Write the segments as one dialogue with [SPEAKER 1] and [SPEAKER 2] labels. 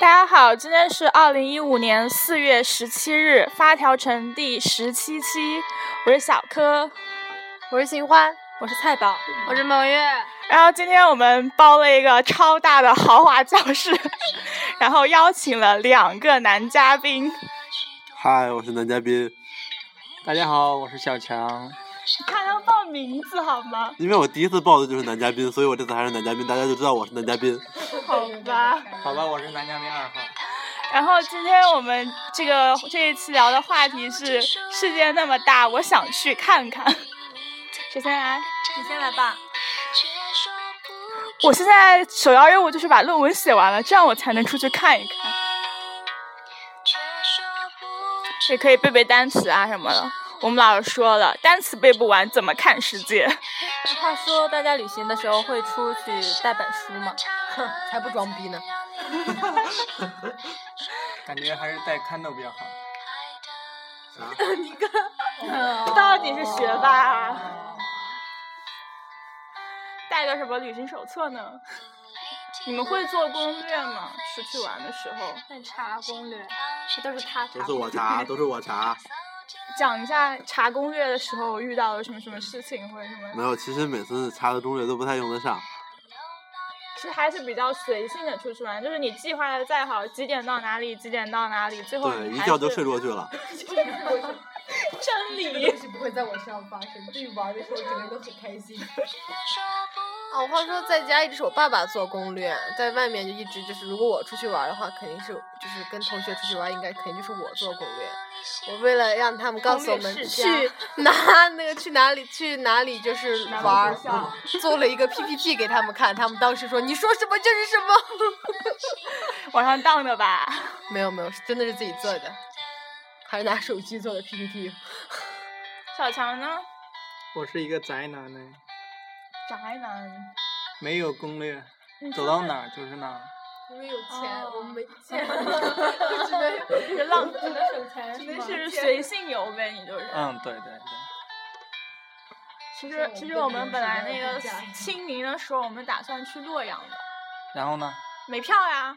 [SPEAKER 1] 大家好，今天是二零一五年四月十七日，发条城第十七期，我是小柯，
[SPEAKER 2] 我是秦欢，
[SPEAKER 3] 我是菜宝，
[SPEAKER 4] 我是蒙月。
[SPEAKER 1] 然后今天我们包了一个超大的豪华教室， 然后邀请了两个男嘉宾。
[SPEAKER 5] 嗨，我是男嘉宾。
[SPEAKER 6] 大家好，我是小强。
[SPEAKER 1] 他要报名字好吗？
[SPEAKER 5] 因为我第一次报的就是男嘉宾，所以我这次还是男嘉宾，大家就知道我是男嘉宾。
[SPEAKER 1] 好吧，
[SPEAKER 6] 好吧，我是男嘉宾二号。
[SPEAKER 1] 然后今天我们这个这一期聊的话题是世界那么大，我想去看看。谁先来？
[SPEAKER 3] 你先来吧。
[SPEAKER 1] 我现在首要任务就是把论文写完了，这样我才能出去看一看，也可以背背单词啊什么的。我们老师说了，单词背不完怎么看世界？
[SPEAKER 3] 话说大家旅行的时候会出去带本书吗？
[SPEAKER 2] 哼，才不装逼呢！
[SPEAKER 6] 感觉还是带看豆比较好。
[SPEAKER 5] 啊，
[SPEAKER 3] 你个
[SPEAKER 1] 到底是学霸啊？带个什么旅行手册呢？你们会做攻略吗？出去玩的时候，
[SPEAKER 4] 在查攻略，这都是他查。
[SPEAKER 5] 都是我查，都是我查。
[SPEAKER 1] 讲一下查攻略的时候遇到了什么什么事情或者什么，
[SPEAKER 5] 没有，其实每次查的攻略都不太用得上。
[SPEAKER 1] 其实还是比较随性的出去玩，就是你计划的再好，几点到哪里，几点到哪里，最后
[SPEAKER 5] 对，
[SPEAKER 1] 你
[SPEAKER 5] 一
[SPEAKER 1] 还
[SPEAKER 5] 觉就是睡过去了。
[SPEAKER 1] 真
[SPEAKER 2] 这个
[SPEAKER 1] 理
[SPEAKER 2] 东。西不会在我身上发生。对于玩的时候，整个人都很开 心。
[SPEAKER 7] 啊
[SPEAKER 2] 啊，我话说，在家一直是我爸爸做攻略，在外面就一直就是，如果我出去玩的话，肯定是就是跟同学出去玩，应该肯定就是我做攻略。我为了让他们告诉我
[SPEAKER 3] 攻略
[SPEAKER 2] 们
[SPEAKER 3] 世
[SPEAKER 2] 去
[SPEAKER 3] 家
[SPEAKER 2] 哪那个去哪里去哪里就是
[SPEAKER 1] 哪里
[SPEAKER 2] 玩儿嗯
[SPEAKER 1] 学校，
[SPEAKER 2] 做了一个 PPT 给他们看，他们当时说你说什么就是什么。
[SPEAKER 1] 网上当的吧？
[SPEAKER 2] 没有没有，是真的是自己做的，还是拿手机做的 PPT。
[SPEAKER 1] 小强呢？
[SPEAKER 6] 我是一个宅男呢，
[SPEAKER 1] 宅男。
[SPEAKER 6] 没有攻略，
[SPEAKER 1] 你
[SPEAKER 6] 走到哪儿就是哪儿。
[SPEAKER 2] 因为有
[SPEAKER 1] 钱我们
[SPEAKER 2] 没钱，只能
[SPEAKER 1] 是浪，只能
[SPEAKER 3] 省钱
[SPEAKER 1] 只能是随性游呗，你就是。
[SPEAKER 6] 嗯，对对对。
[SPEAKER 1] 其实其实我们本来那个清明的时候，我们打算去洛阳的，
[SPEAKER 6] 然后呢？
[SPEAKER 1] 没票呀，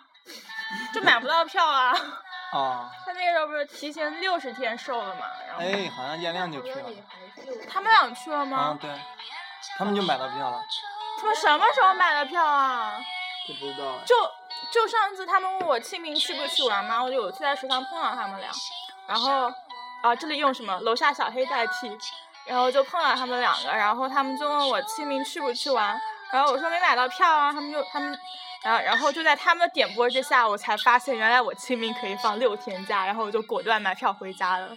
[SPEAKER 1] 就买不到票啊。
[SPEAKER 6] 哦，
[SPEAKER 1] 他那个时候不是提前六十天售了嘛，然后
[SPEAKER 6] 哎，好像颜亮就去了。
[SPEAKER 1] 他们俩去了
[SPEAKER 6] 啊，
[SPEAKER 1] 吗？
[SPEAKER 6] 对，他们就买到票了。
[SPEAKER 1] 他们什么时候买的票啊？
[SPEAKER 6] 就不知道哎。
[SPEAKER 1] 就就上次他们问我清明去不去玩嘛，我就有次在食堂碰到他们俩，然后啊这里用什么楼下小黑代替，然后就碰到他们两个，然后他们就问我清明去不去玩，然后我说没买到票啊，他们就他们。然后，然后就在他们的点播之下，我才发现原来我清明可以放六天假，然后我就果断买票回家了。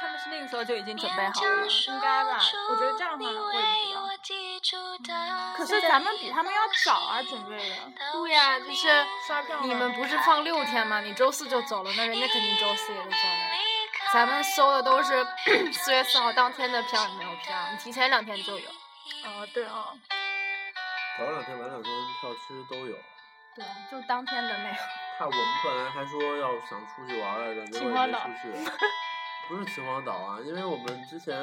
[SPEAKER 3] 他们是那个时候就已经准备好了吗。
[SPEAKER 1] 应该吧？我觉得这样的话，我也不知道。可是咱们比他们要早啊，准备的。
[SPEAKER 3] 对呀、就是
[SPEAKER 1] 刷票吗
[SPEAKER 3] 你们不是放六天吗？你周四就走了，那人家肯定周四也得走了。咱们收的都是 四月四号当天的票，你没有票，你提前两天就有。
[SPEAKER 1] 哦，对哦。
[SPEAKER 5] 早两天晚两天票其实都有。
[SPEAKER 3] 对，就当天的那个。
[SPEAKER 5] 看我们本来还说要想出去玩来着，结
[SPEAKER 1] 秦皇
[SPEAKER 5] 果也没
[SPEAKER 1] 岛
[SPEAKER 5] 出去。 不是秦皇岛啊，因为我们之前，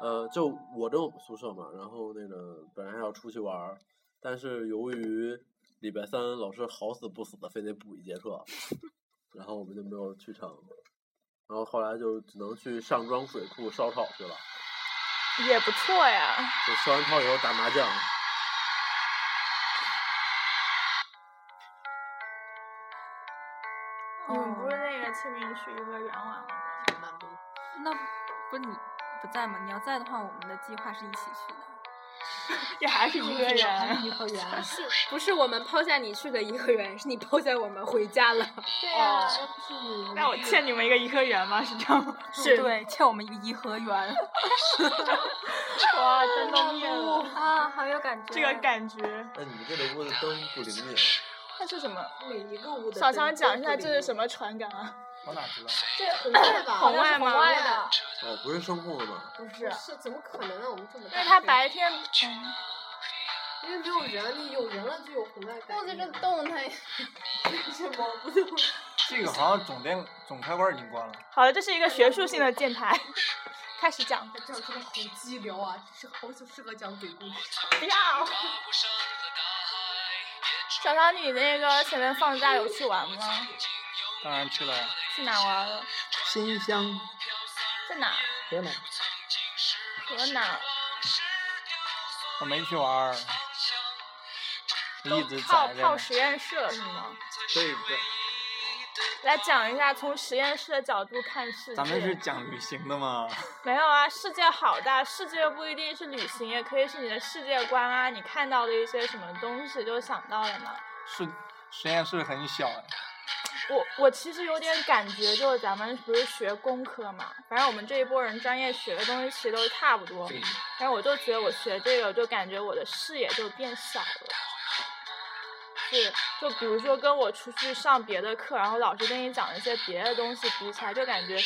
[SPEAKER 5] 呃，就我跟我们宿舍嘛，然后那个本来还要出去玩儿，但是由于礼拜三老师好死不死的非得补一节课，然后我们就没有去成，然后后来就只能去上庄水库烧烤去了。
[SPEAKER 1] 也不错呀。
[SPEAKER 5] 就烧完烤以后打麻将。
[SPEAKER 1] 你们不是那个清明去颐和园玩吗？
[SPEAKER 3] 那不是你不在吗？你要在的话，我们的计划是一起去的。
[SPEAKER 1] 也还是一个人。
[SPEAKER 2] 颐和园。
[SPEAKER 4] 不是我们抛下你去的颐和园，是你抛下我们回家了。
[SPEAKER 1] 对啊 呀、那我欠你们一个颐和园吗？是这样吗？
[SPEAKER 3] 对，哎欠我们一个颐和园
[SPEAKER 1] 哇，真的灭了。
[SPEAKER 3] 啊，好有感觉
[SPEAKER 1] 这个感觉，哦
[SPEAKER 5] 那、哎你们这里屋的灯不灵敏，
[SPEAKER 1] 那是什么？
[SPEAKER 2] 每一个屋的
[SPEAKER 1] 小强讲一下这是
[SPEAKER 2] 么？
[SPEAKER 1] 什么传感啊？
[SPEAKER 6] 我哪知道？
[SPEAKER 2] 这红外吧？
[SPEAKER 1] 红外吗？
[SPEAKER 2] 的，
[SPEAKER 5] 哦，不是声控的吗？
[SPEAKER 1] 不是
[SPEAKER 2] 不，是怎么可能呢？啊我们这么
[SPEAKER 1] 因
[SPEAKER 2] 大，
[SPEAKER 1] 为它，白天，
[SPEAKER 2] 因为没有人，你有人了就有红外感。
[SPEAKER 4] 动它，
[SPEAKER 2] 什么不动？
[SPEAKER 6] 这个好像总店总开关已经关了。
[SPEAKER 1] 好了，这是一个学术性的键盘，开始讲。
[SPEAKER 2] 这真的好激聊啊，是好适合讲鬼故事。
[SPEAKER 1] 不要。小唐，你那个前面放假有去玩吗？
[SPEAKER 6] 当然去了呀，
[SPEAKER 1] 去哪玩了？
[SPEAKER 6] 新乡
[SPEAKER 1] 在哪？
[SPEAKER 6] 河南，
[SPEAKER 1] 河南。
[SPEAKER 6] 我没去玩儿，我一直
[SPEAKER 1] 泡
[SPEAKER 6] 宅着
[SPEAKER 1] 泡
[SPEAKER 6] 呢。
[SPEAKER 1] 实验室了是吗？
[SPEAKER 6] 对对，
[SPEAKER 1] 来讲一下从实验室的角度看世界。
[SPEAKER 6] 咱们是讲旅行的嘛，
[SPEAKER 1] 没有啊，世界好大，世界不一定是旅行，也可以是你的世界观啊，你看到的一些什么东西就想到了嘛。
[SPEAKER 6] 是实验室很小哎。
[SPEAKER 1] 我我其实有点感觉，就是咱们不是学工科嘛，反正我们这一波人专业学的东西其实都差不多，但是我就觉得我学这个，就感觉我的视野就变小了。是，就比如说跟我出去上别的课，然后老师跟你讲一些别的东西比起来，就感觉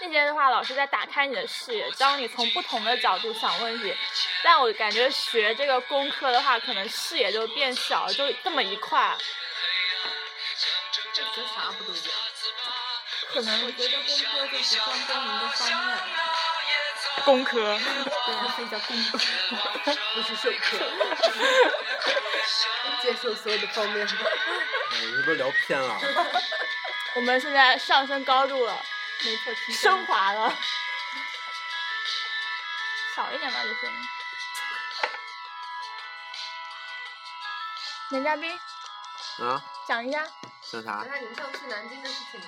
[SPEAKER 1] 那些的话，老师在打开你的视野，教你从不同的角度想问题。但我感觉学这个工科的话，可能视野就变小了，就这么一块。
[SPEAKER 2] 这跟啥不都一样？
[SPEAKER 1] 可能我觉得工科就不专攻一个方 面。
[SPEAKER 6] 工科，
[SPEAKER 2] 对啊，所以叫工作，不是授课，接受所有的方面。
[SPEAKER 5] 哎你是不是聊偏了？
[SPEAKER 1] 我们现在上升高度了，
[SPEAKER 2] 没错，提升
[SPEAKER 1] 升华了。 小一点吧，这声音。男嘉宾，
[SPEAKER 5] 啊，
[SPEAKER 1] 讲一下。
[SPEAKER 5] 讲啥
[SPEAKER 2] 讲？下你们上次去南京的事情吧。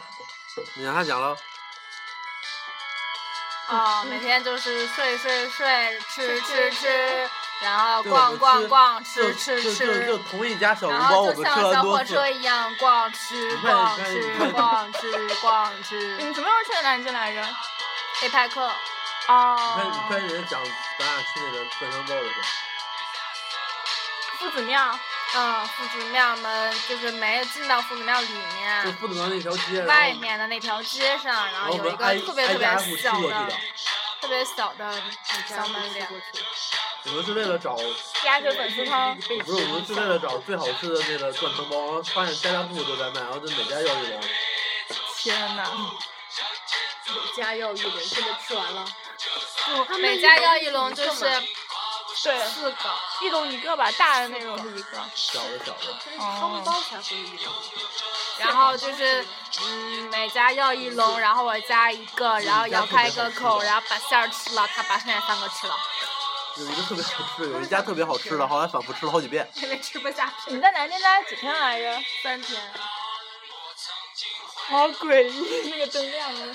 [SPEAKER 5] 你让他讲喽。
[SPEAKER 3] 哦，每天就是睡睡睡，吃吃吃，然后
[SPEAKER 5] 对
[SPEAKER 3] 逛
[SPEAKER 5] 我
[SPEAKER 3] 逛
[SPEAKER 5] 们
[SPEAKER 3] 逛，
[SPEAKER 5] 就
[SPEAKER 3] 吃吃
[SPEAKER 5] 就就就
[SPEAKER 3] 吃，
[SPEAKER 5] 同一家小笼
[SPEAKER 3] 然
[SPEAKER 5] 包，
[SPEAKER 3] 后
[SPEAKER 5] 我
[SPEAKER 3] 就
[SPEAKER 5] 们
[SPEAKER 3] 像
[SPEAKER 5] 吃了
[SPEAKER 3] 小
[SPEAKER 5] 多
[SPEAKER 3] 火
[SPEAKER 5] 次。
[SPEAKER 3] 车一样逛吃
[SPEAKER 5] 你快
[SPEAKER 3] 逛
[SPEAKER 5] 你快
[SPEAKER 3] 吃
[SPEAKER 5] 你快
[SPEAKER 3] 逛吃 逛
[SPEAKER 1] 你
[SPEAKER 3] 吃。
[SPEAKER 1] 们什么时候去的南京来着？
[SPEAKER 3] 背派克，
[SPEAKER 5] 你看，你
[SPEAKER 1] 哦，
[SPEAKER 5] 看人家讲咱俩去那个灌汤包的时候，
[SPEAKER 1] 夫子庙。
[SPEAKER 3] 嗯，夫子庙嘛，就是没进到夫子庙里
[SPEAKER 5] 就
[SPEAKER 3] 面，
[SPEAKER 5] 不能那条街，然
[SPEAKER 3] 外
[SPEAKER 5] 后
[SPEAKER 3] 面的那条街上，然
[SPEAKER 5] 然
[SPEAKER 3] 后
[SPEAKER 5] 后我
[SPEAKER 3] 有一
[SPEAKER 5] 们
[SPEAKER 3] 个
[SPEAKER 5] 挨
[SPEAKER 3] 特别
[SPEAKER 5] 挨家
[SPEAKER 3] 特别
[SPEAKER 5] 挨户吃
[SPEAKER 3] 小
[SPEAKER 5] 过去
[SPEAKER 3] 的
[SPEAKER 5] 的，，
[SPEAKER 3] 特别小的小门脸。
[SPEAKER 2] 去，
[SPEAKER 5] 我们是为了找，
[SPEAKER 1] 鸭血粉丝汤，
[SPEAKER 5] 不是我们是为了找最好吃的那个灌汤包，然后发现家家户户都在卖，然后就每家要一笼。
[SPEAKER 1] 天呐，
[SPEAKER 2] 每家要一笼，真的吃完了。
[SPEAKER 3] 每家要一笼，就是
[SPEAKER 1] 对，
[SPEAKER 3] 四个。
[SPEAKER 1] 一笼一个吧，大的那种是一个。
[SPEAKER 5] 小的小的，
[SPEAKER 1] 哦
[SPEAKER 2] 汤包才会一笼。
[SPEAKER 3] 然后就是，嗯，每家要一笼，然后我加一个，然后咬开一个口，然后把馅儿吃了，他把剩下三个吃了。
[SPEAKER 5] 有一个特别好吃的，有一家特别好吃的，后来反复吃了好几遍。
[SPEAKER 4] 因为吃不下去。
[SPEAKER 1] 你们在南京待了几天来着？
[SPEAKER 3] 三天，
[SPEAKER 1] 好诡异，那个灯亮了。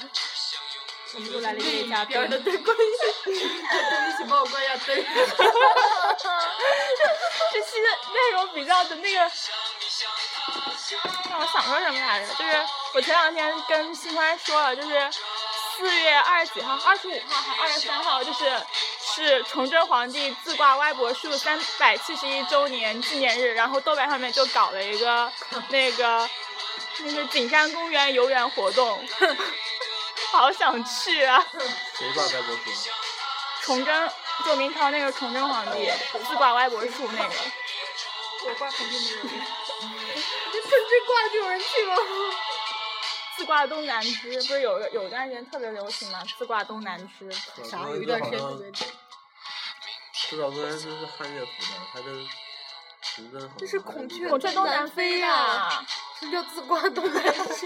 [SPEAKER 2] 我们又来了一位嘉宾，的灯关一起帮我关一下灯。
[SPEAKER 1] 这期的内容比较的那个，让我想说什么来着？就是我前两天跟新欢说了，就是四月二十几号、二十五号还是二十三号，就是是崇祯皇帝自挂歪脖树三百七十一周年纪念日，然后豆瓣上面就搞了一个那个那个景山公园游园活动， 好想去啊！
[SPEAKER 5] 谁爸在播出？
[SPEAKER 1] 崇祯就明朝那个崇祯皇帝自挂歪脖树那个。
[SPEAKER 2] 我挂肯定没有人。 你曾经挂就有人去吗？
[SPEAKER 1] 自挂东南枝，不是有有段时间特别流行吗？自挂东南枝，
[SPEAKER 2] 啥？有一段时间特别热。
[SPEAKER 5] 知道东南枝是汉乐府的，它跟崇祯好像还不一样。
[SPEAKER 2] 这是孔雀
[SPEAKER 1] 孔雀东南飞呀、
[SPEAKER 2] 什么叫自挂东南枝？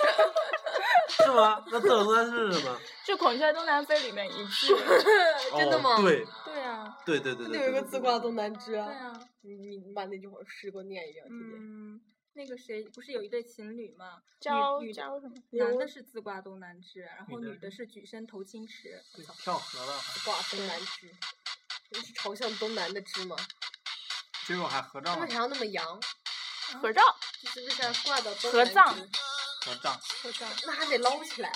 [SPEAKER 5] 是吗？那自东南枝是什么？
[SPEAKER 1] 是《孔雀东南飞》里面一 句。
[SPEAKER 2] 真的吗
[SPEAKER 5] 哦对
[SPEAKER 1] 对啊，
[SPEAKER 5] 对对对
[SPEAKER 2] 真
[SPEAKER 5] 对
[SPEAKER 2] 的
[SPEAKER 5] 对。
[SPEAKER 2] 有一个
[SPEAKER 5] 对
[SPEAKER 2] 自挂东。南枝
[SPEAKER 1] 对
[SPEAKER 2] 啊！
[SPEAKER 1] 啊，
[SPEAKER 2] 你你把那句话试给我念一遍，我听听。
[SPEAKER 4] 嗯，那个谁不是有一对情侣吗？
[SPEAKER 1] 教
[SPEAKER 4] 女
[SPEAKER 1] 教什么？
[SPEAKER 4] 男的是自挂东南枝，然后
[SPEAKER 6] 女的
[SPEAKER 4] 女的是举身投青池。
[SPEAKER 6] 对跳河了，
[SPEAKER 2] 自挂东南枝，你是朝向东南的枝吗？
[SPEAKER 6] 结果还合照
[SPEAKER 2] 他
[SPEAKER 6] 了
[SPEAKER 2] 们，还要那么扬，
[SPEAKER 1] 合照，
[SPEAKER 2] 就是为啥挂到东
[SPEAKER 1] 合
[SPEAKER 2] 南枝？
[SPEAKER 1] 葬
[SPEAKER 6] 合照。
[SPEAKER 1] 合照。
[SPEAKER 2] 那还得捞起来。啊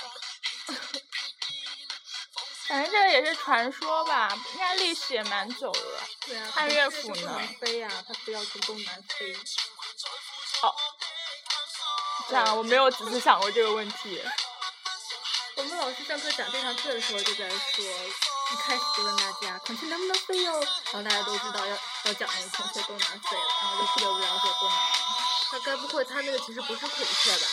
[SPEAKER 1] 反正这也是传说吧，应该历史也蛮久了。
[SPEAKER 4] 对啊，
[SPEAKER 1] 汉乐府
[SPEAKER 4] 不
[SPEAKER 1] 呢
[SPEAKER 4] 能飞呀、啊，他非要从东南飞。
[SPEAKER 1] 这样，我没有仔细想过这个问题。
[SPEAKER 4] 我们老师上课讲这堂课的时候就在说，一开始就问大家孔雀能不能飞哟，然后大家都知道要要讲那个孔雀东南飞了，然后就特别无聊说不能。
[SPEAKER 2] 那该不会他那个其实不是孔雀吧？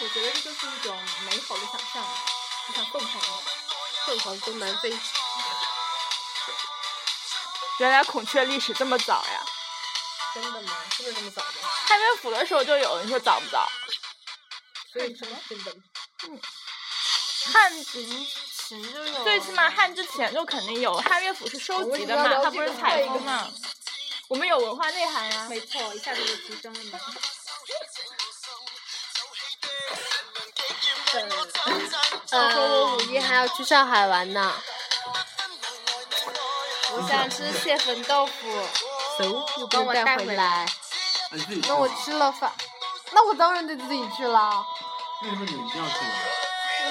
[SPEAKER 4] 我觉得这就是一种美好的想象，就像凤凰一样。
[SPEAKER 2] 凤凰东南飞。
[SPEAKER 1] 原来孔雀历史这么早呀？
[SPEAKER 2] 真的吗？真的这么早吗？
[SPEAKER 1] 太原府的时候就有，你说早不早？
[SPEAKER 2] 所以什么真的？
[SPEAKER 1] 汉
[SPEAKER 3] 秦秦就有，
[SPEAKER 1] 最起码汉之前就肯定有，汉乐府是收集的
[SPEAKER 2] 我们
[SPEAKER 1] 嘛，
[SPEAKER 2] 要
[SPEAKER 1] 它
[SPEAKER 2] 聊
[SPEAKER 1] 不是
[SPEAKER 2] 这个
[SPEAKER 1] 采
[SPEAKER 2] 这个
[SPEAKER 1] 风嘛。我们有文化内涵呀。
[SPEAKER 4] 没错，一下子就提升了呢。
[SPEAKER 2] 等，呃，我五一还要去上海玩呢。
[SPEAKER 3] 我想吃蟹粉豆腐，
[SPEAKER 2] 走，又
[SPEAKER 3] 帮我带
[SPEAKER 2] 带
[SPEAKER 3] 回
[SPEAKER 2] 回
[SPEAKER 3] 来
[SPEAKER 2] 来。
[SPEAKER 5] 哎，你自己
[SPEAKER 2] 那我吃了饭，那我当然得自己去了。
[SPEAKER 5] 为什么你一定要去呢？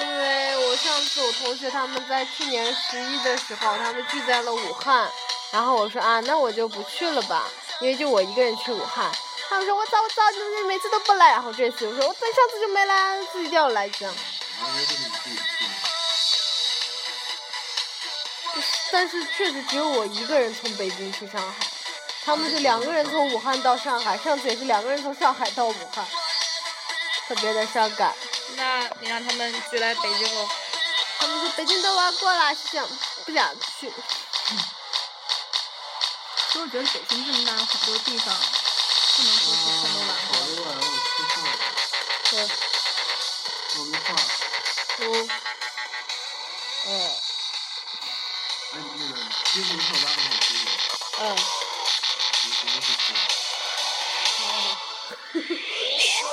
[SPEAKER 2] 因为我上次我同学他们在去年十一的时候，他们聚在了武汉，然后我说啊，那我就不去了吧，因为就我一个人去武汉。他们说我操我操，你怎么每次都不来？然后这次我说我对上次就没来，自己调来这样。
[SPEAKER 5] 我应该就是你自己去的。
[SPEAKER 2] 但是确实只有我一个人从北京去上海，他们是两个人从武汉到上海，上次也是两个人从上海到武汉，特别的伤感。
[SPEAKER 3] 那你让他们聚来北京喽。
[SPEAKER 2] 他们说北京都玩过了，是想不想去？
[SPEAKER 4] 所以我觉得北京这么大，很多地方不能说是全都
[SPEAKER 6] 哦
[SPEAKER 4] 玩
[SPEAKER 5] 我
[SPEAKER 4] 过。
[SPEAKER 5] 晚上我吃饭了，
[SPEAKER 2] 对，
[SPEAKER 5] 我没话。
[SPEAKER 2] 我，嗯
[SPEAKER 5] 哎，那个金湖烤鸭很好吃的，
[SPEAKER 2] 嗯，
[SPEAKER 5] 你肯定去吃。
[SPEAKER 2] 不是
[SPEAKER 5] 对了，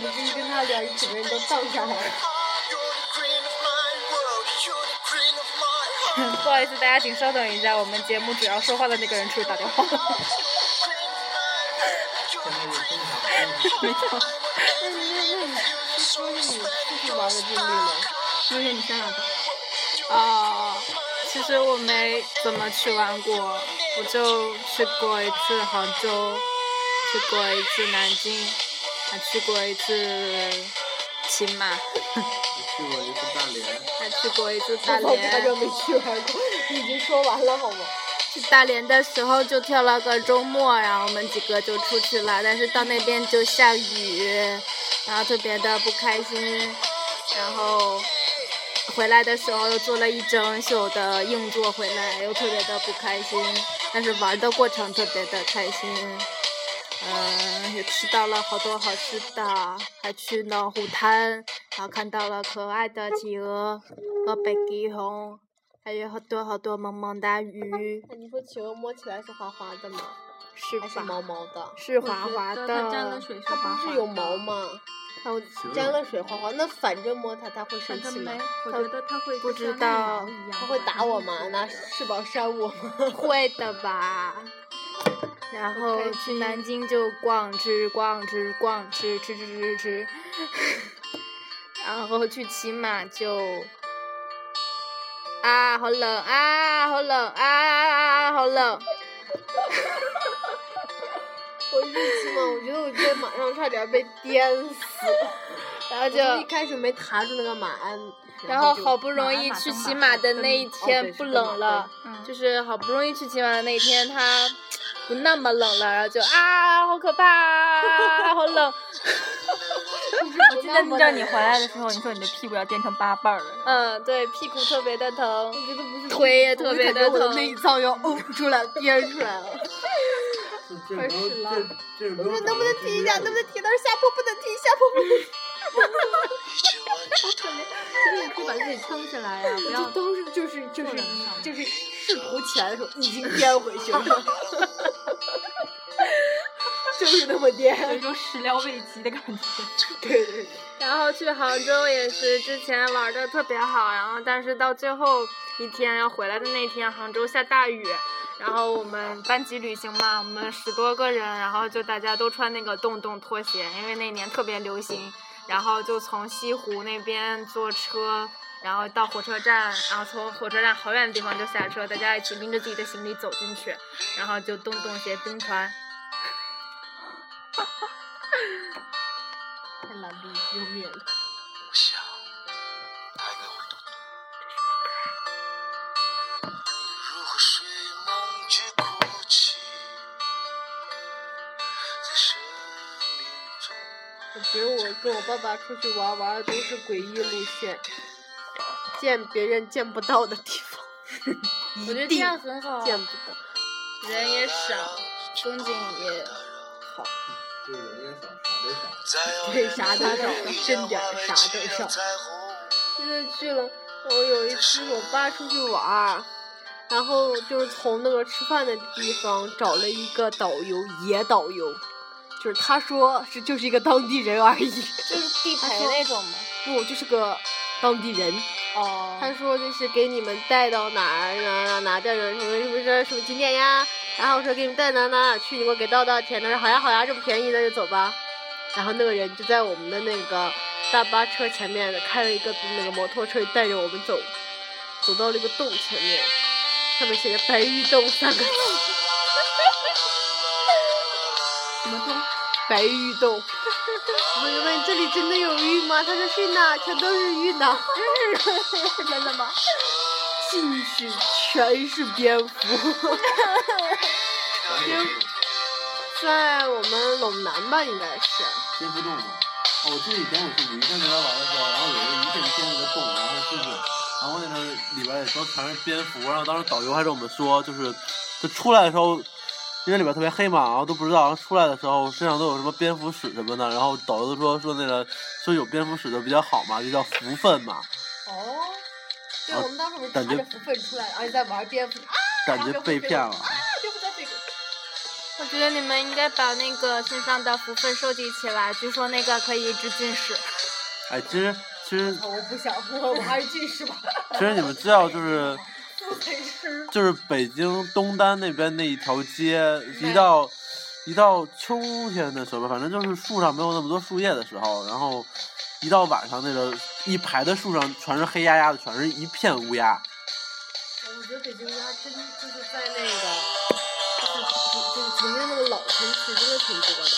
[SPEAKER 2] 不是，跟他聊，整个人都荡下来了。
[SPEAKER 3] 不好意思，大家请稍等一下，我们节目主要说话的那个人出去打电话了。
[SPEAKER 5] 现在是中场，中场。
[SPEAKER 2] 那那那你说说你出去玩的经历呢？
[SPEAKER 4] 六月你先来吧。
[SPEAKER 3] 啊、其实我没怎么去玩过，我就去过一次杭州，去过一次南京，还去过一次秦 马，
[SPEAKER 5] 我去过一次大连，
[SPEAKER 3] 还去过一次大
[SPEAKER 2] 我他就
[SPEAKER 3] 连。
[SPEAKER 2] 没去玩过，你已经说完了好吗？
[SPEAKER 3] 去大连的时候就挑了个周末，然后我们几个就出去了，但是到那边就下雨，然后特别的不开心，然后回来的时候又做了一整宿的硬座回来，又特别的不开心，但是玩的过程特别的开心，嗯、也吃到了好多好吃的，还去了虎滩，然后看到了可爱的企鹅和北极熊，还有好多好多萌萌哒鱼，
[SPEAKER 2] 那你说企鹅摸起来是滑滑的吗？
[SPEAKER 3] 是
[SPEAKER 2] 还是
[SPEAKER 3] 吧？
[SPEAKER 2] 毛毛的？
[SPEAKER 3] 是滑滑的
[SPEAKER 4] 我觉得，它沾了水 是滑
[SPEAKER 2] 不
[SPEAKER 4] 滑
[SPEAKER 2] 是
[SPEAKER 4] 的。
[SPEAKER 2] 有毛吗？然后沾了水滑滑，那反正摸它它会生
[SPEAKER 4] 反正
[SPEAKER 2] 气
[SPEAKER 4] 没
[SPEAKER 2] 吗？，
[SPEAKER 4] 我觉得它会
[SPEAKER 3] 不
[SPEAKER 4] 就像
[SPEAKER 3] 知
[SPEAKER 4] 那
[SPEAKER 3] 道
[SPEAKER 4] 种一样
[SPEAKER 2] 它会打我吗？拿翅膀扇我吗？
[SPEAKER 3] 会的吧。然后去南京就逛吃逛吃逛吃吃吃吃吃，然后去骑马就啊好冷啊好冷啊啊啊啊好冷，
[SPEAKER 2] 我运气吗？我觉得我今天马上差点被颠死。
[SPEAKER 3] 然后
[SPEAKER 2] 我就一
[SPEAKER 3] 就
[SPEAKER 2] 开始没爬住那个马鞍，
[SPEAKER 3] 然后
[SPEAKER 2] 就
[SPEAKER 3] 好不容易
[SPEAKER 4] 马鞍马
[SPEAKER 3] 去
[SPEAKER 4] 蹬
[SPEAKER 3] 骑
[SPEAKER 4] 马
[SPEAKER 3] 马
[SPEAKER 4] 蹬
[SPEAKER 3] 的那
[SPEAKER 2] 哦
[SPEAKER 3] 一天不冷了。
[SPEAKER 4] 嗯，
[SPEAKER 3] 就是好不容易去骑马的那一天，它不那么冷了，然后就啊，好可怕啊，好冷。
[SPEAKER 1] 我记得你让你回来的时候，你说你的屁股要垫成八瓣儿了。
[SPEAKER 3] 嗯，对，屁股特别的疼，
[SPEAKER 2] 我觉得不是
[SPEAKER 3] 腿也特别的
[SPEAKER 2] 我的
[SPEAKER 3] 疼
[SPEAKER 2] 内脏要呕出来，颠出来 了。
[SPEAKER 5] 这这没有这这没有。
[SPEAKER 2] 我说能不能停一下？能不能停？他说下坡不能停，下坡不能停。
[SPEAKER 4] 所以你可以把自己撑起来呀，不要
[SPEAKER 2] 就当时就是就是
[SPEAKER 4] 坐在那上
[SPEAKER 2] 就是试图起来的时候已经颠回 去了，就是那么
[SPEAKER 1] 有一
[SPEAKER 2] 颠。
[SPEAKER 1] 种始料未及的感觉。
[SPEAKER 2] 对对对，
[SPEAKER 3] 然后去杭州也是之前玩的特别好，然后但是到最后一天要回来的那天，杭州下大雨。然后我们班级旅行嘛，我们十多个人，然后就大家都穿那个洞洞拖鞋，因为那年特别流行。然后就从西湖那边坐车，然后到火车站，然后从火车站好远的地方就下车，大家一起拎着自己的行李走进去，然后就洞洞鞋冰川。
[SPEAKER 2] 太蓝逼丢面了。我
[SPEAKER 6] 如
[SPEAKER 2] 觉得我跟我爸爸出去玩儿玩的都是诡异路线，见别人见不到的地 方，
[SPEAKER 3] 我觉得这
[SPEAKER 2] 定
[SPEAKER 3] 样很好，
[SPEAKER 2] 见不到。
[SPEAKER 3] 人也少，风景 也
[SPEAKER 5] 对人也少，
[SPEAKER 2] 对，啥
[SPEAKER 5] 啥都少。
[SPEAKER 2] 都少，真点儿啥都少。真的去了，我有一次我爸出去玩儿，然后就是从那个吃饭的地方找了一个导游，野导游，就是他说是就是一个当地人而已，
[SPEAKER 3] 就是地陪
[SPEAKER 2] 说
[SPEAKER 3] 那种嘛。
[SPEAKER 2] 不就是个当地人。
[SPEAKER 3] 哦
[SPEAKER 2] 他说就是给你们带到哪儿哪儿哪儿哪儿带着什么什么什么什么景点呀，然后说给你们带哪儿哪儿哪儿去，你给我给多少多少钱？他说好呀好呀，这么便宜那就走吧。然后那个人就在我们的那个大巴车前面开了一个那个摩托车带着我们走，走到了一个洞前面，上面写着“白玉洞”三个字。
[SPEAKER 4] 什么东？
[SPEAKER 2] 白玉洞。我就问这里真的有玉吗？他说是呢，全都是玉呢。 真的吗？进去全是蝙蝠。蝙蝠在我们陇南吧，应该是。
[SPEAKER 5] 蝙蝠洞嘛。哦，我记得以前我去武夷山那边玩的时候，然后有一个一片一片那个洞，然后进去，然后那个里边也都全是蝙蝠，然后当时导游还跟我们说，就是就出来的时候，因为里边特别黑嘛，然后都不知道，然后出来的时候身上都有什么蝙蝠屎什么的，然后导游都说说那个说有蝙蝠屎的比较好嘛，就叫福分嘛，
[SPEAKER 2] 哦。对，
[SPEAKER 5] 啊
[SPEAKER 2] 我们当时不是
[SPEAKER 5] 感
[SPEAKER 2] 拿
[SPEAKER 5] 觉
[SPEAKER 2] 着福分出来，而且在玩蝙蝠，啊，
[SPEAKER 5] 感觉被骗了。
[SPEAKER 2] 蝙蝠在这个。
[SPEAKER 3] 我觉得你们应该把那个身上的福分收集起来，据说那个可以治近视。
[SPEAKER 5] 哎，其实其实
[SPEAKER 2] 我不想播，我还是近视吧。
[SPEAKER 5] 其实你们知道就是。
[SPEAKER 2] 不陪吃。
[SPEAKER 5] 就是北京东单那边那一条街，一到一到秋天的时候吧，反正就是树上没有那么多树叶的时候，然后一到晚上那个一排的树上全是黑压压的，全是一片乌鸦。
[SPEAKER 2] 我觉得北京家真就是在那个，就是就是曾经那个老城区真的挺多的。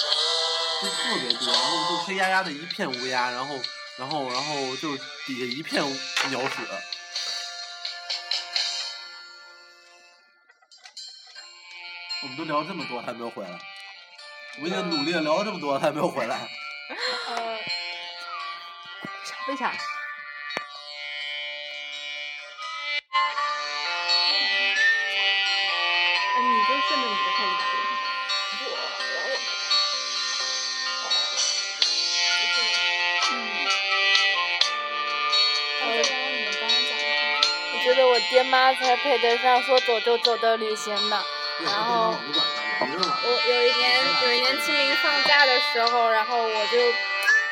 [SPEAKER 5] 就特别多，然后就黑压压的一片乌鸦，然后然后然后就底下一片鸟屎。我们都聊这么多还没有回来，我已经努力地聊了这么多还没有回来。
[SPEAKER 1] 呃，
[SPEAKER 2] 为啥？
[SPEAKER 4] 哎，你就顺着你的开始打脸。
[SPEAKER 3] 我觉得我爹妈才配得上说走就走的旅行呢。然后我有一年有一年清明放假的时候，然后我就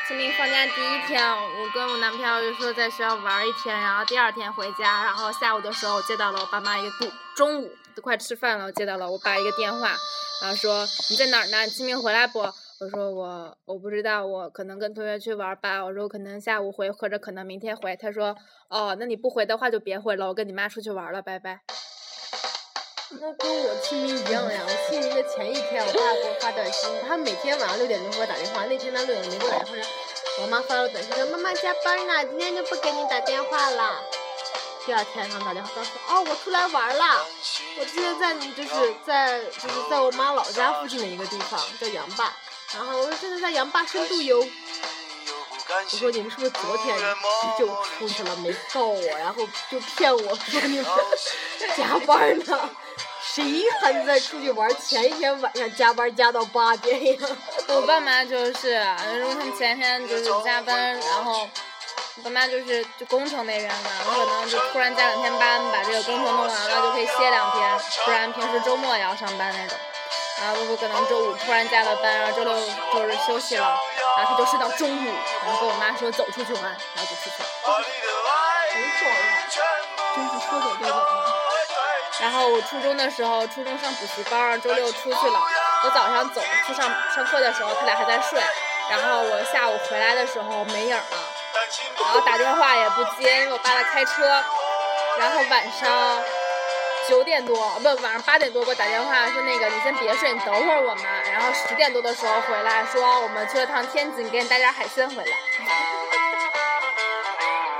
[SPEAKER 3] 清明放假第一天，我跟我男朋友就说在学校玩一天，然后第二天回家，然后下午的时候我接到了我爸妈一个不中午都快吃饭了，我接到了我爸一个电话，然后说你在哪儿呢？清明回来不？我说我我不知道，我可能跟同学去玩吧。我说我可能下午回，或者可能明天回。他说哦，那你不回的话就别回了，我跟你妈出去玩了，拜拜。
[SPEAKER 2] 那跟我清明一样呀！我清明的前一天，我爸给我发短信，他每天晚上六点钟给我打电话。那天他六点没给我打电话，我妈发了短信说：“妈妈加班呢，今天就不给你打电话了。”第二天他打电话告诉我：“哦，我出来玩了。我之前在就是在就是在我妈老家附近的一个地方叫杨坝，然后我说现在在杨坝深度游。我 说你们是不是昨天就出去了没告我，然后就骗我说你们加班呢？谁还能在出去玩前一天晚上加班加到八点呀？
[SPEAKER 3] 我爸妈就是啊，因 为他们前天就是加班，然后我爸妈就是就工程那边嘛，我可能就突然加两天班，把这个工程弄完了就可以歇两天，不然平时周末也要上班那种。然后我可能周五突然加了班，然后周六周日休息了，然后他就睡到中午，然后跟我妈说走出去玩，然后就出去了。
[SPEAKER 4] 真是说走就走啊！
[SPEAKER 3] 然后我初中的时候，初中上补习班儿，周六出去了。我早上走去上上课的时候，他俩还在睡。然后我下午回来的时候没影儿了，然后打电话也不接，因为我爸在开车。然后晚上九点多，不，晚上八点多给我打电话说那个你先别睡，你等会儿我们。然后十点多的时候回来说我们去了趟天津，给你带点海鲜回来。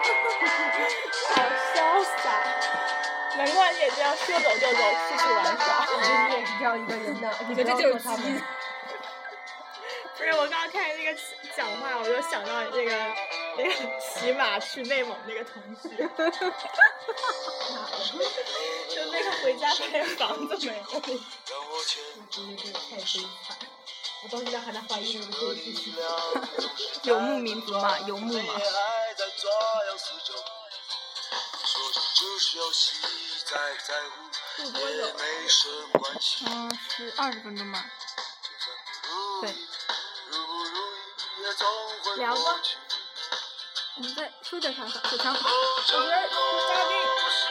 [SPEAKER 1] 好潇洒，难怪你也这样说走就走，啊出去玩耍。
[SPEAKER 2] 你也是这样一个人呐，你
[SPEAKER 4] 你看这就是基因。
[SPEAKER 1] 不是我刚刚看那个讲话，我就想到那个那个骑马去内蒙那个同学， 就那个回家发现房子没有。
[SPEAKER 4] 我到现在还在怀疑这个事情。
[SPEAKER 3] 游牧民族嘛，游牧嘛。嗯，
[SPEAKER 4] 录多久？
[SPEAKER 3] 十二十分钟吧。对。
[SPEAKER 1] 嗯
[SPEAKER 4] 聊吧。我们再说点啥啥？小强，
[SPEAKER 1] 我觉得嘉宾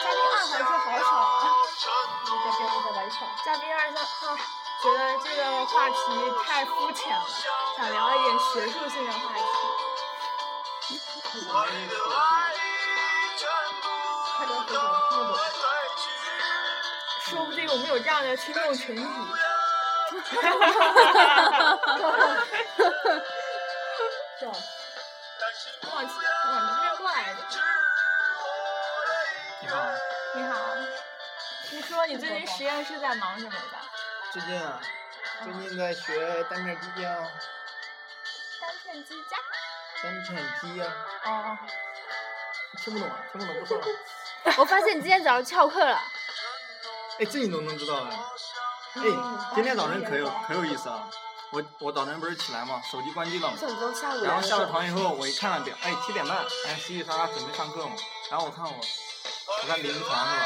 [SPEAKER 1] 嘉宾二还是好吵啊，
[SPEAKER 4] 你再编个再来一场。
[SPEAKER 1] 嘉宾二他啊觉得这个话题太肤浅了，想聊一点学术性的话 题。
[SPEAKER 4] 快点回去，听得懂。
[SPEAKER 1] 说不定我们有这样的听众群体。
[SPEAKER 4] 这样，
[SPEAKER 1] 往往这边过来的。
[SPEAKER 7] 你啊好，
[SPEAKER 1] 你好，你说你最近实验室在忙什么吧？
[SPEAKER 7] 最近啊，最近在学单片机啊，
[SPEAKER 1] 单片机加。
[SPEAKER 7] 单片机啊，
[SPEAKER 1] 哦，
[SPEAKER 7] 听不懂啊，听不懂不说了。
[SPEAKER 2] 我发现你今天早上翘课了，
[SPEAKER 7] 哎，这你都能知道啊？哎，今天早晨可有可有意思啊！我我早晨不是起来嘛，手机关机了嘛，
[SPEAKER 2] 你都下午
[SPEAKER 7] 然后下了床以后，我一看了表，哎，七点半，哎，稀里哗啦准备上课嘛。然后我看我，我看林床是吧？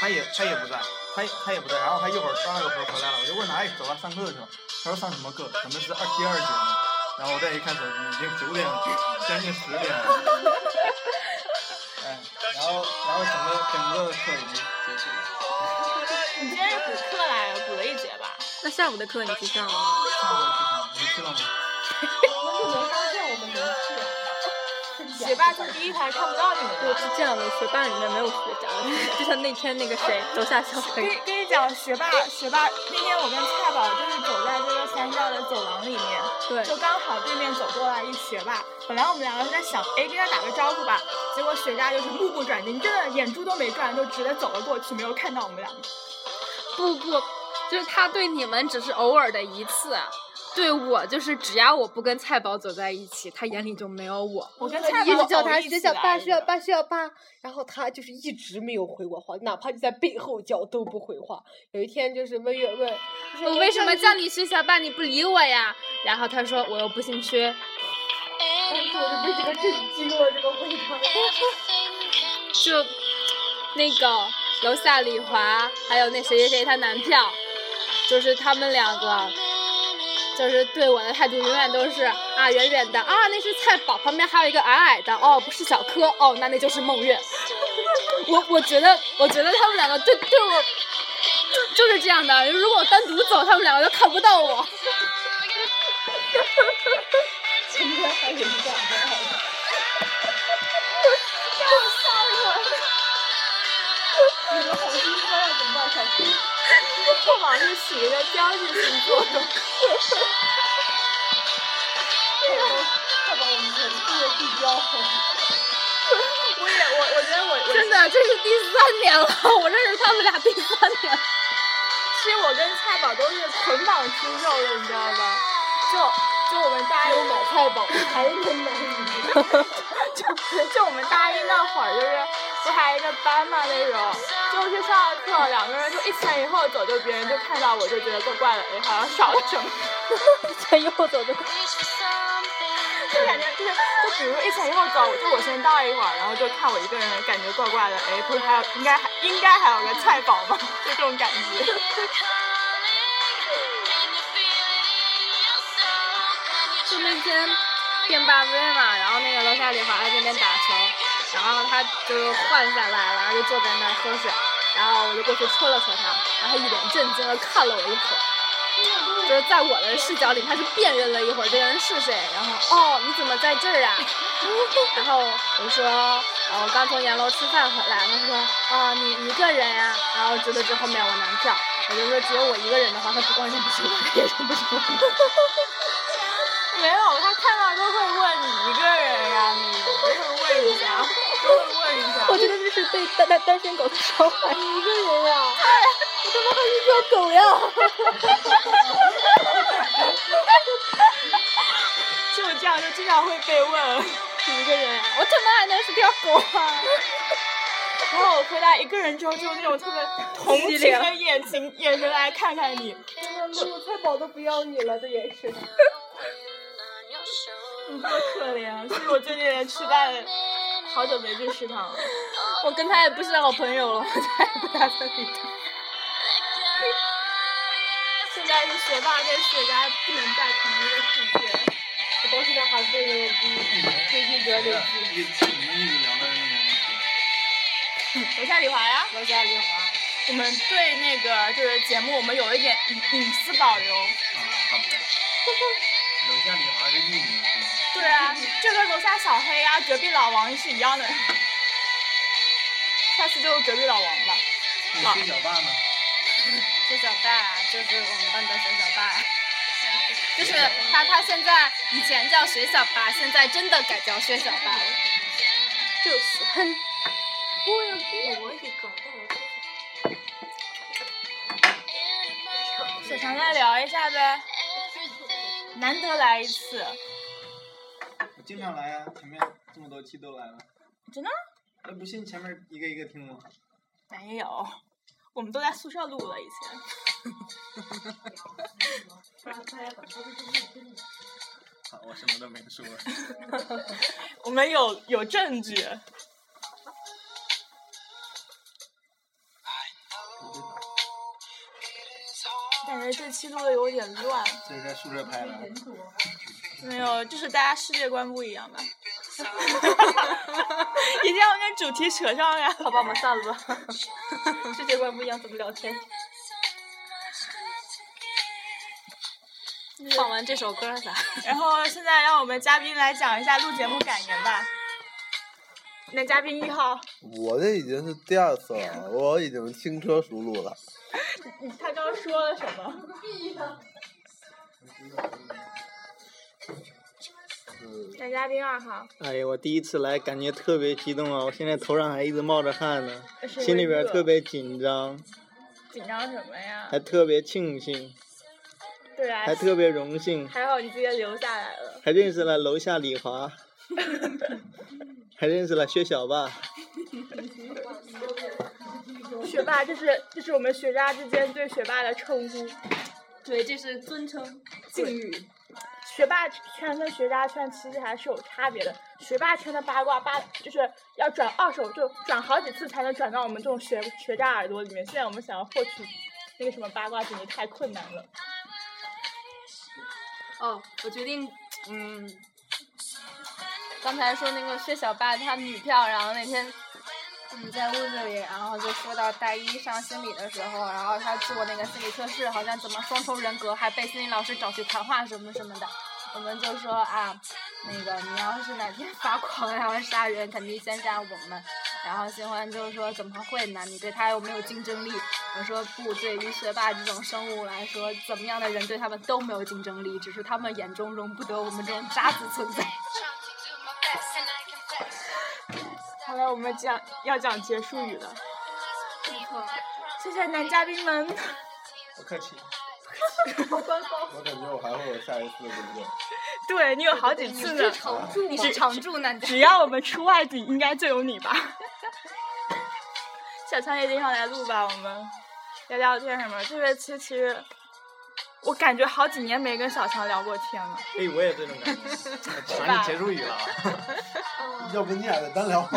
[SPEAKER 7] 他也他也不在，他也他也不在。然后他一会儿刚了一会儿回来了，我就问他，哎，走吧，上课去吧。他说上什么课？可能是二第二节嘛。然后我再一看手机，已经九点了，将近十点了。哎，然后然后整个整个课已经结束了。
[SPEAKER 1] 你今天是补课来了，补了一节吧？
[SPEAKER 3] 那下午的课你去上了吗？
[SPEAKER 7] 上午去上，你去了吗？
[SPEAKER 4] 我没发现我们没去。
[SPEAKER 1] 学霸坐第一排看不到你们
[SPEAKER 3] 我
[SPEAKER 1] 了。
[SPEAKER 3] 是这样的，学霸里面没有学渣的，就像那天那个谁，楼下小
[SPEAKER 1] 跟
[SPEAKER 3] 黑
[SPEAKER 1] 你，跟你讲，学霸学霸，那天我跟蔡宝就是走在这个三教的走廊里面，
[SPEAKER 3] 对，
[SPEAKER 1] 就刚好对面走过来一学霸。本来我们两个在想，哎，跟他打个招呼吧。结果学渣就是目不转睛，真的眼珠都没转，就直接走了过去，没有看到我们两个。
[SPEAKER 3] 不不，就是他对你们只是偶尔的一次，对我就是只要我不跟蔡宝走在一起，他眼里就没有我。
[SPEAKER 1] 我跟蔡
[SPEAKER 2] 一
[SPEAKER 1] 宝
[SPEAKER 2] 直叫他
[SPEAKER 1] 偶一
[SPEAKER 2] 学
[SPEAKER 1] 起
[SPEAKER 2] 校
[SPEAKER 1] 来
[SPEAKER 2] 爸
[SPEAKER 1] 着
[SPEAKER 2] 学校爸学校爸，然后他就是一直没有回我话，哪怕就在背后叫都不回话。有一天就是温月问，就是
[SPEAKER 3] 我
[SPEAKER 2] 哎
[SPEAKER 3] 为什
[SPEAKER 2] 上
[SPEAKER 3] 么
[SPEAKER 2] 一次
[SPEAKER 3] 叫你学小霸你不理我呀？然后他说我又不姓薛，哎
[SPEAKER 2] 当时我就被这个震惊了，这个回 答。
[SPEAKER 3] 就那个楼下李华还有那谁谁谁她男票，就是他们两个，就是对我的态度永远都是啊远远的啊那是菜宝，旁边还有一个矮矮的哦不是小柯哦那那就是孟月，我我觉得我觉得他们两个对对我就就是这样的，如果我单独走，他们两个就看不到我。
[SPEAKER 1] 破网是起一个标志性作用。我也我我觉得我
[SPEAKER 3] 真的，这是第三年了，我认识他们俩第三年了。
[SPEAKER 1] 其实我跟蔡宝都是捆绑出肉的，你知道吗？就就我们大一有买菜宝，还是能买 就就我们大一那会儿，就是不还一个班嘛那种，就是上了课两个人就一前一后走，就别人就看到我就觉得怪怪的，哎，好像少了什么，
[SPEAKER 2] 前一后走的，
[SPEAKER 1] 就感觉就是就比如一前一后走，就我先到一会儿，然后就看我一个人感觉怪怪的，哎，不是还有应该还应该还有个菜宝吗？ 就这种感觉。
[SPEAKER 3] 就那天变霸威嘛，然后那个楼下李华在那边打球，然后他就换下来了，然后就坐在那儿喝水，然后我就过去戳了戳他，然后他一脸震惊的看了我一会儿，就是在我的视角里他是辨认了一会儿这个人是谁，然后哦你怎么在这儿啊？ 然后我说，呃，我刚从阎楼吃饭回来。他说，啊、你一个人呀、然后觉得这后面我男票，我就说只有我一个人的话，他不光认不出我，也认不出我。
[SPEAKER 1] 没有，他看到都会问你一个人呀、你都会问一下，都会问一下。
[SPEAKER 2] 我觉得这是对单单单身狗的伤害。一个人呀、
[SPEAKER 1] 啊
[SPEAKER 2] 我怎么会是条狗呀？
[SPEAKER 1] 上 就经常会被问
[SPEAKER 3] 一个人，我他妈还能是条狗啊！
[SPEAKER 1] 然后我回答一个人之后，就用那种特别同情的眼睛、眼神来看看你。
[SPEAKER 2] 我菜宝都不要你了的眼神。
[SPEAKER 1] 你多可怜啊！所以我最近也期待了，好久没去食堂了。
[SPEAKER 3] 我跟他也不是好朋友了，我再也不打算理他。
[SPEAKER 1] 现在是学霸跟学渣不能在同一个世界。
[SPEAKER 2] 我到现在还被那个最近比较流行。
[SPEAKER 7] 一一直聊到那个。
[SPEAKER 1] 楼下李华呀，
[SPEAKER 2] 楼下丽华，
[SPEAKER 1] 我们对那个就是节目，我们有一点隐隐私保留。
[SPEAKER 7] 啊，好的。楼下李华是匿名是吗？
[SPEAKER 1] 对啊，这跟楼下小黑呀、隔壁老王是一样的。 下次就是隔壁老王吧。
[SPEAKER 7] 你是小霸吗？
[SPEAKER 3] 薛小霸就是我们班的薛小霸，就是他，他现在以前叫薛小霸，现在真的改叫薛小霸了。
[SPEAKER 2] 就是
[SPEAKER 1] 沈常再聊一下呗，难得来一次，
[SPEAKER 7] 我经常来啊，前面这么多期都来了。
[SPEAKER 1] 真的？
[SPEAKER 7] 那不信前面一个一个听吗？
[SPEAKER 1] 没有，我们都在宿舍录了以前。
[SPEAKER 7] 好，我什么都没说。
[SPEAKER 1] 我们有有证据。感觉这期录的有点乱，
[SPEAKER 7] 这是在宿舍拍的。
[SPEAKER 1] 没有，就是大家世界观不一样吧。 一定要跟主题扯上呀！
[SPEAKER 2] 好吧，我们散了吧。世界观不一样，怎么聊天？
[SPEAKER 3] 放完这首歌儿咋？
[SPEAKER 1] 然后现在让我们嘉宾来讲一下录节目感言吧。那嘉宾一号，
[SPEAKER 5] 我这已经是第二次了，我已经轻车熟路了。
[SPEAKER 1] 他刚说了什么？
[SPEAKER 5] 嗯，
[SPEAKER 1] 那嘉宾二号，
[SPEAKER 8] 哎呀，我第一次来，感觉特别激动啊！我现在头上还一直冒着汗呢，
[SPEAKER 1] 是因为
[SPEAKER 8] 心里边
[SPEAKER 1] 热
[SPEAKER 8] 特别紧张，
[SPEAKER 1] 紧张什么呀？
[SPEAKER 8] 还特别庆幸，
[SPEAKER 1] 对啊
[SPEAKER 8] 还，特别荣幸，
[SPEAKER 1] 还好你今天留下来了。
[SPEAKER 8] 还认识了楼下李华，还认识了薛小霸。
[SPEAKER 1] 学霸，这是这是我们学渣之间对学霸的称呼。
[SPEAKER 3] 对，这是尊称敬语。
[SPEAKER 1] 学霸圈跟学渣圈其实还是有差别的。学霸圈的八卦八就是要转二手，就转好几次才能转到我们这种学学渣耳朵里面。现在我们想要获取那个什么八卦，简直太困难了。
[SPEAKER 3] 哦，我决定，嗯，刚才说那个薛小霸他女票，然后那天我们在屋子里，然后就说到大一上心理的时候，然后他做那个心理测试，好像怎么双重人格，还被心理老师找去谈话什么什么的。我们就说啊，那个你要是哪天发狂然后杀人，肯定先杀我们。然后新欢就说怎么会呢？你对他又没有竞争力。我说不，对于学霸这种生物来说，怎么样的人对他们都没有竞争力，只是他们眼中容不得我们这种渣子存在。
[SPEAKER 1] 好了，我们讲要讲结束语了。谢谢男嘉宾们。
[SPEAKER 7] 不客气。
[SPEAKER 5] 我感觉我还会有下一次，对不对？
[SPEAKER 1] 对你有好几
[SPEAKER 3] 你
[SPEAKER 1] 次呢
[SPEAKER 3] 是，常驻，你是常驻呢？
[SPEAKER 1] 只要我们出外景，应该就有你吧。 小强也经常来录吧，我们聊聊天什么。这学期其实我感觉好几年没跟小强聊过天了。
[SPEAKER 7] 哎，我也这种感觉。全是结束语了啊。
[SPEAKER 5] 要不你俩再单聊吧。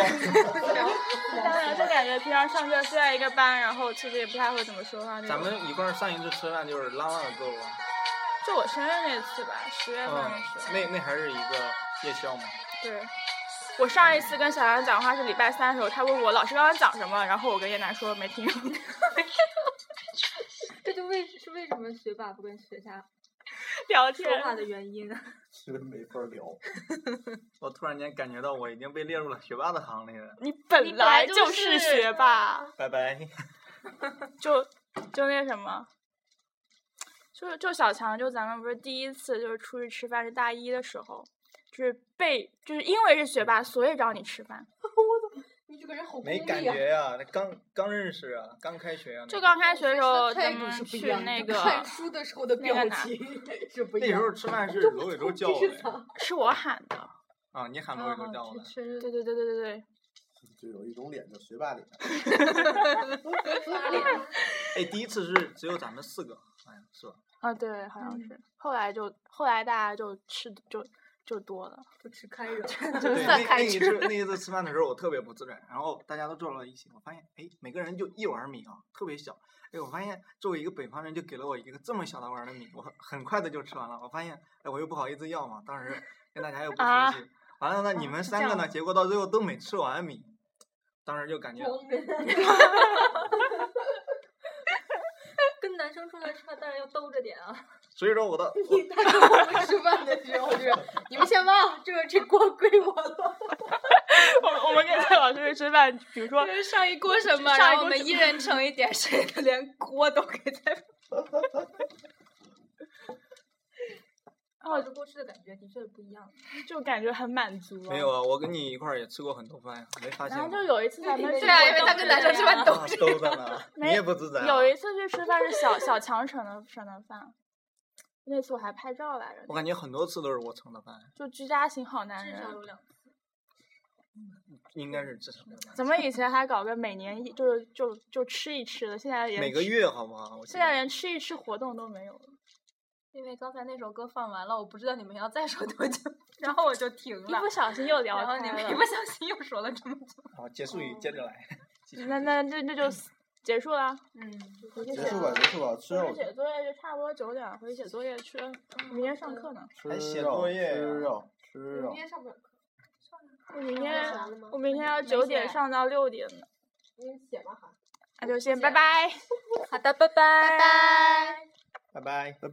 [SPEAKER 1] 当然，就感觉平常上课虽在一个班，然后其实也不太会怎么说话那
[SPEAKER 7] 咱
[SPEAKER 1] 种。
[SPEAKER 7] 们一块儿上一次吃饭就是拉拉的啊够了。
[SPEAKER 1] 就我生日那次吧，十月份
[SPEAKER 7] 嗯
[SPEAKER 1] 的时候。，
[SPEAKER 7] 那那还是一个夜宵嘛。
[SPEAKER 1] 对，我上一次跟小杨讲话是礼拜三的时候，他问我老师刚刚讲什么，然后我跟叶楠说没听。
[SPEAKER 4] 这就为是为什么学霸不跟学渣
[SPEAKER 1] 聊天
[SPEAKER 4] 说话的原因。
[SPEAKER 5] 其实没法聊。
[SPEAKER 7] 我突然间感觉到我已经被列入了学霸的行列了。
[SPEAKER 1] 你本来就是学霸，
[SPEAKER 7] 拜拜。
[SPEAKER 1] 就就那什么，就就小强，就咱们不是第一次就是出去吃饭是大一的时候，就是被就是因为是学霸，所以找你吃饭。
[SPEAKER 2] 你这
[SPEAKER 4] 个人好功
[SPEAKER 7] 没感
[SPEAKER 4] 利啊！
[SPEAKER 7] 觉呀、那刚刚认识啊，刚开学啊，
[SPEAKER 1] 就
[SPEAKER 7] 那
[SPEAKER 1] 刚开学的时候，
[SPEAKER 4] 态
[SPEAKER 1] 咱
[SPEAKER 4] 度是
[SPEAKER 1] 们
[SPEAKER 4] 不一
[SPEAKER 1] 去
[SPEAKER 4] 样的
[SPEAKER 1] 那个
[SPEAKER 4] 看，书的时候的
[SPEAKER 1] 那个
[SPEAKER 4] 表
[SPEAKER 1] 哪
[SPEAKER 4] 情是不一
[SPEAKER 7] 那时
[SPEAKER 4] 样
[SPEAKER 7] 候
[SPEAKER 4] 的。
[SPEAKER 7] 吃饭是
[SPEAKER 4] 这
[SPEAKER 7] 罗伟
[SPEAKER 4] 不
[SPEAKER 7] 洲教我
[SPEAKER 4] 是
[SPEAKER 7] 的
[SPEAKER 1] 是我喊的。
[SPEAKER 7] 啊，你喊罗伟洲教我的。
[SPEAKER 4] 嗯
[SPEAKER 1] 对对对对对对。
[SPEAKER 5] 就有一种脸叫学霸脸。
[SPEAKER 7] 哎，第一次是只有咱们四个，哎呀， 是吧？
[SPEAKER 1] 啊，对，好像
[SPEAKER 4] 嗯
[SPEAKER 1] 是。后来就后来大家就吃就就多了，
[SPEAKER 4] 就吃开了，
[SPEAKER 7] 对，那
[SPEAKER 1] 散开
[SPEAKER 7] 那一
[SPEAKER 1] 吃
[SPEAKER 7] 次那一次吃饭的时候，我特别不自在，然后大家都坐到了一起，我发现哎，每个人就一碗米啊，特别小。哎，我发现作为一个北方人，就给了我一个这么小的碗的米，我很很快的就吃完了。我发现哎，我又不好意思要嘛，当时跟大家又不熟
[SPEAKER 1] 啊
[SPEAKER 7] 悉。完了呢，你们三个呢，结果到最后都没吃完米，当时就感觉
[SPEAKER 4] 跟男生出来吃饭当然要兜着点 啊。
[SPEAKER 7] 所以说我的
[SPEAKER 4] 你他跟我们吃饭的时候是，你们先忘，这这锅归我 了。
[SPEAKER 1] 我我们跟蔡老师吃饭，比如说
[SPEAKER 3] 就是上一锅什么，
[SPEAKER 1] 上一
[SPEAKER 3] 然后
[SPEAKER 1] 锅
[SPEAKER 3] 我们
[SPEAKER 1] 什
[SPEAKER 3] 一人盛一点，谁的连锅都给 他。
[SPEAKER 4] 抱着锅吃的感觉的确是不一样。
[SPEAKER 1] 就感觉很满足。
[SPEAKER 7] 没有。啊，我跟你一块儿也吃过很多饭呀，没发现
[SPEAKER 1] 然后？
[SPEAKER 7] 吗
[SPEAKER 1] 就有一次咱们
[SPEAKER 4] 对
[SPEAKER 1] 去
[SPEAKER 4] 啊
[SPEAKER 1] 过
[SPEAKER 4] 因为他
[SPEAKER 1] 东
[SPEAKER 4] 跟
[SPEAKER 1] 北
[SPEAKER 4] 男生吃饭
[SPEAKER 1] 呀
[SPEAKER 4] 都
[SPEAKER 7] 啊都在那，你
[SPEAKER 1] 没
[SPEAKER 7] 也不自在啊。
[SPEAKER 1] 有一次去吃饭是小小强盛的盛的饭，那次我还拍照来着
[SPEAKER 7] 我，感觉很多次都是我盛的饭，
[SPEAKER 1] 就居家型好男
[SPEAKER 4] 至少
[SPEAKER 1] 人。
[SPEAKER 4] 有两
[SPEAKER 7] 应该是至少没有吧
[SPEAKER 1] 咱们以前还搞个每年一就是就就吃一吃的，现在连
[SPEAKER 7] 每个
[SPEAKER 1] 吃
[SPEAKER 7] 月好不好？我记
[SPEAKER 1] 现在
[SPEAKER 7] 得
[SPEAKER 1] 连吃一吃活动都没有了。
[SPEAKER 4] 因为刚才那首歌放完了，我不知道你们要再说多久，
[SPEAKER 3] 然后我就停
[SPEAKER 1] 一不小心又聊
[SPEAKER 4] 然后
[SPEAKER 1] 开
[SPEAKER 4] 你们
[SPEAKER 1] 了
[SPEAKER 4] 一。不小心又说了这么久。
[SPEAKER 7] 好，结束
[SPEAKER 1] 哦
[SPEAKER 7] 语接着来。继续
[SPEAKER 1] 那那那那就
[SPEAKER 7] 嗯
[SPEAKER 1] 结束了。
[SPEAKER 4] 嗯，
[SPEAKER 1] 回去
[SPEAKER 5] 结
[SPEAKER 1] 写
[SPEAKER 5] 束吧，结束吧，吃
[SPEAKER 1] 回
[SPEAKER 5] 肉
[SPEAKER 1] 去写作业就差不多九点，回去写作业去。明天上课呢，
[SPEAKER 5] 去，
[SPEAKER 7] 还
[SPEAKER 5] 吃
[SPEAKER 7] 写
[SPEAKER 5] 肉，
[SPEAKER 7] 作业呀
[SPEAKER 5] 吃肉，吃肉
[SPEAKER 4] 明。天上不了课，
[SPEAKER 1] 我明
[SPEAKER 4] 天
[SPEAKER 1] 天
[SPEAKER 4] 完了吗
[SPEAKER 1] 我明天要九点上到六点呢。
[SPEAKER 4] 明天写吧哈。
[SPEAKER 1] 那就先拜拜。
[SPEAKER 3] 好的，拜拜。拜拜。
[SPEAKER 7] 拜
[SPEAKER 5] 拜
[SPEAKER 7] 拜。
[SPEAKER 5] 拜。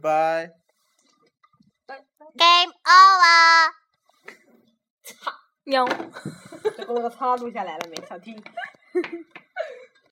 [SPEAKER 9] Game over。
[SPEAKER 3] 喵。
[SPEAKER 4] 我操，录下来了没？想听。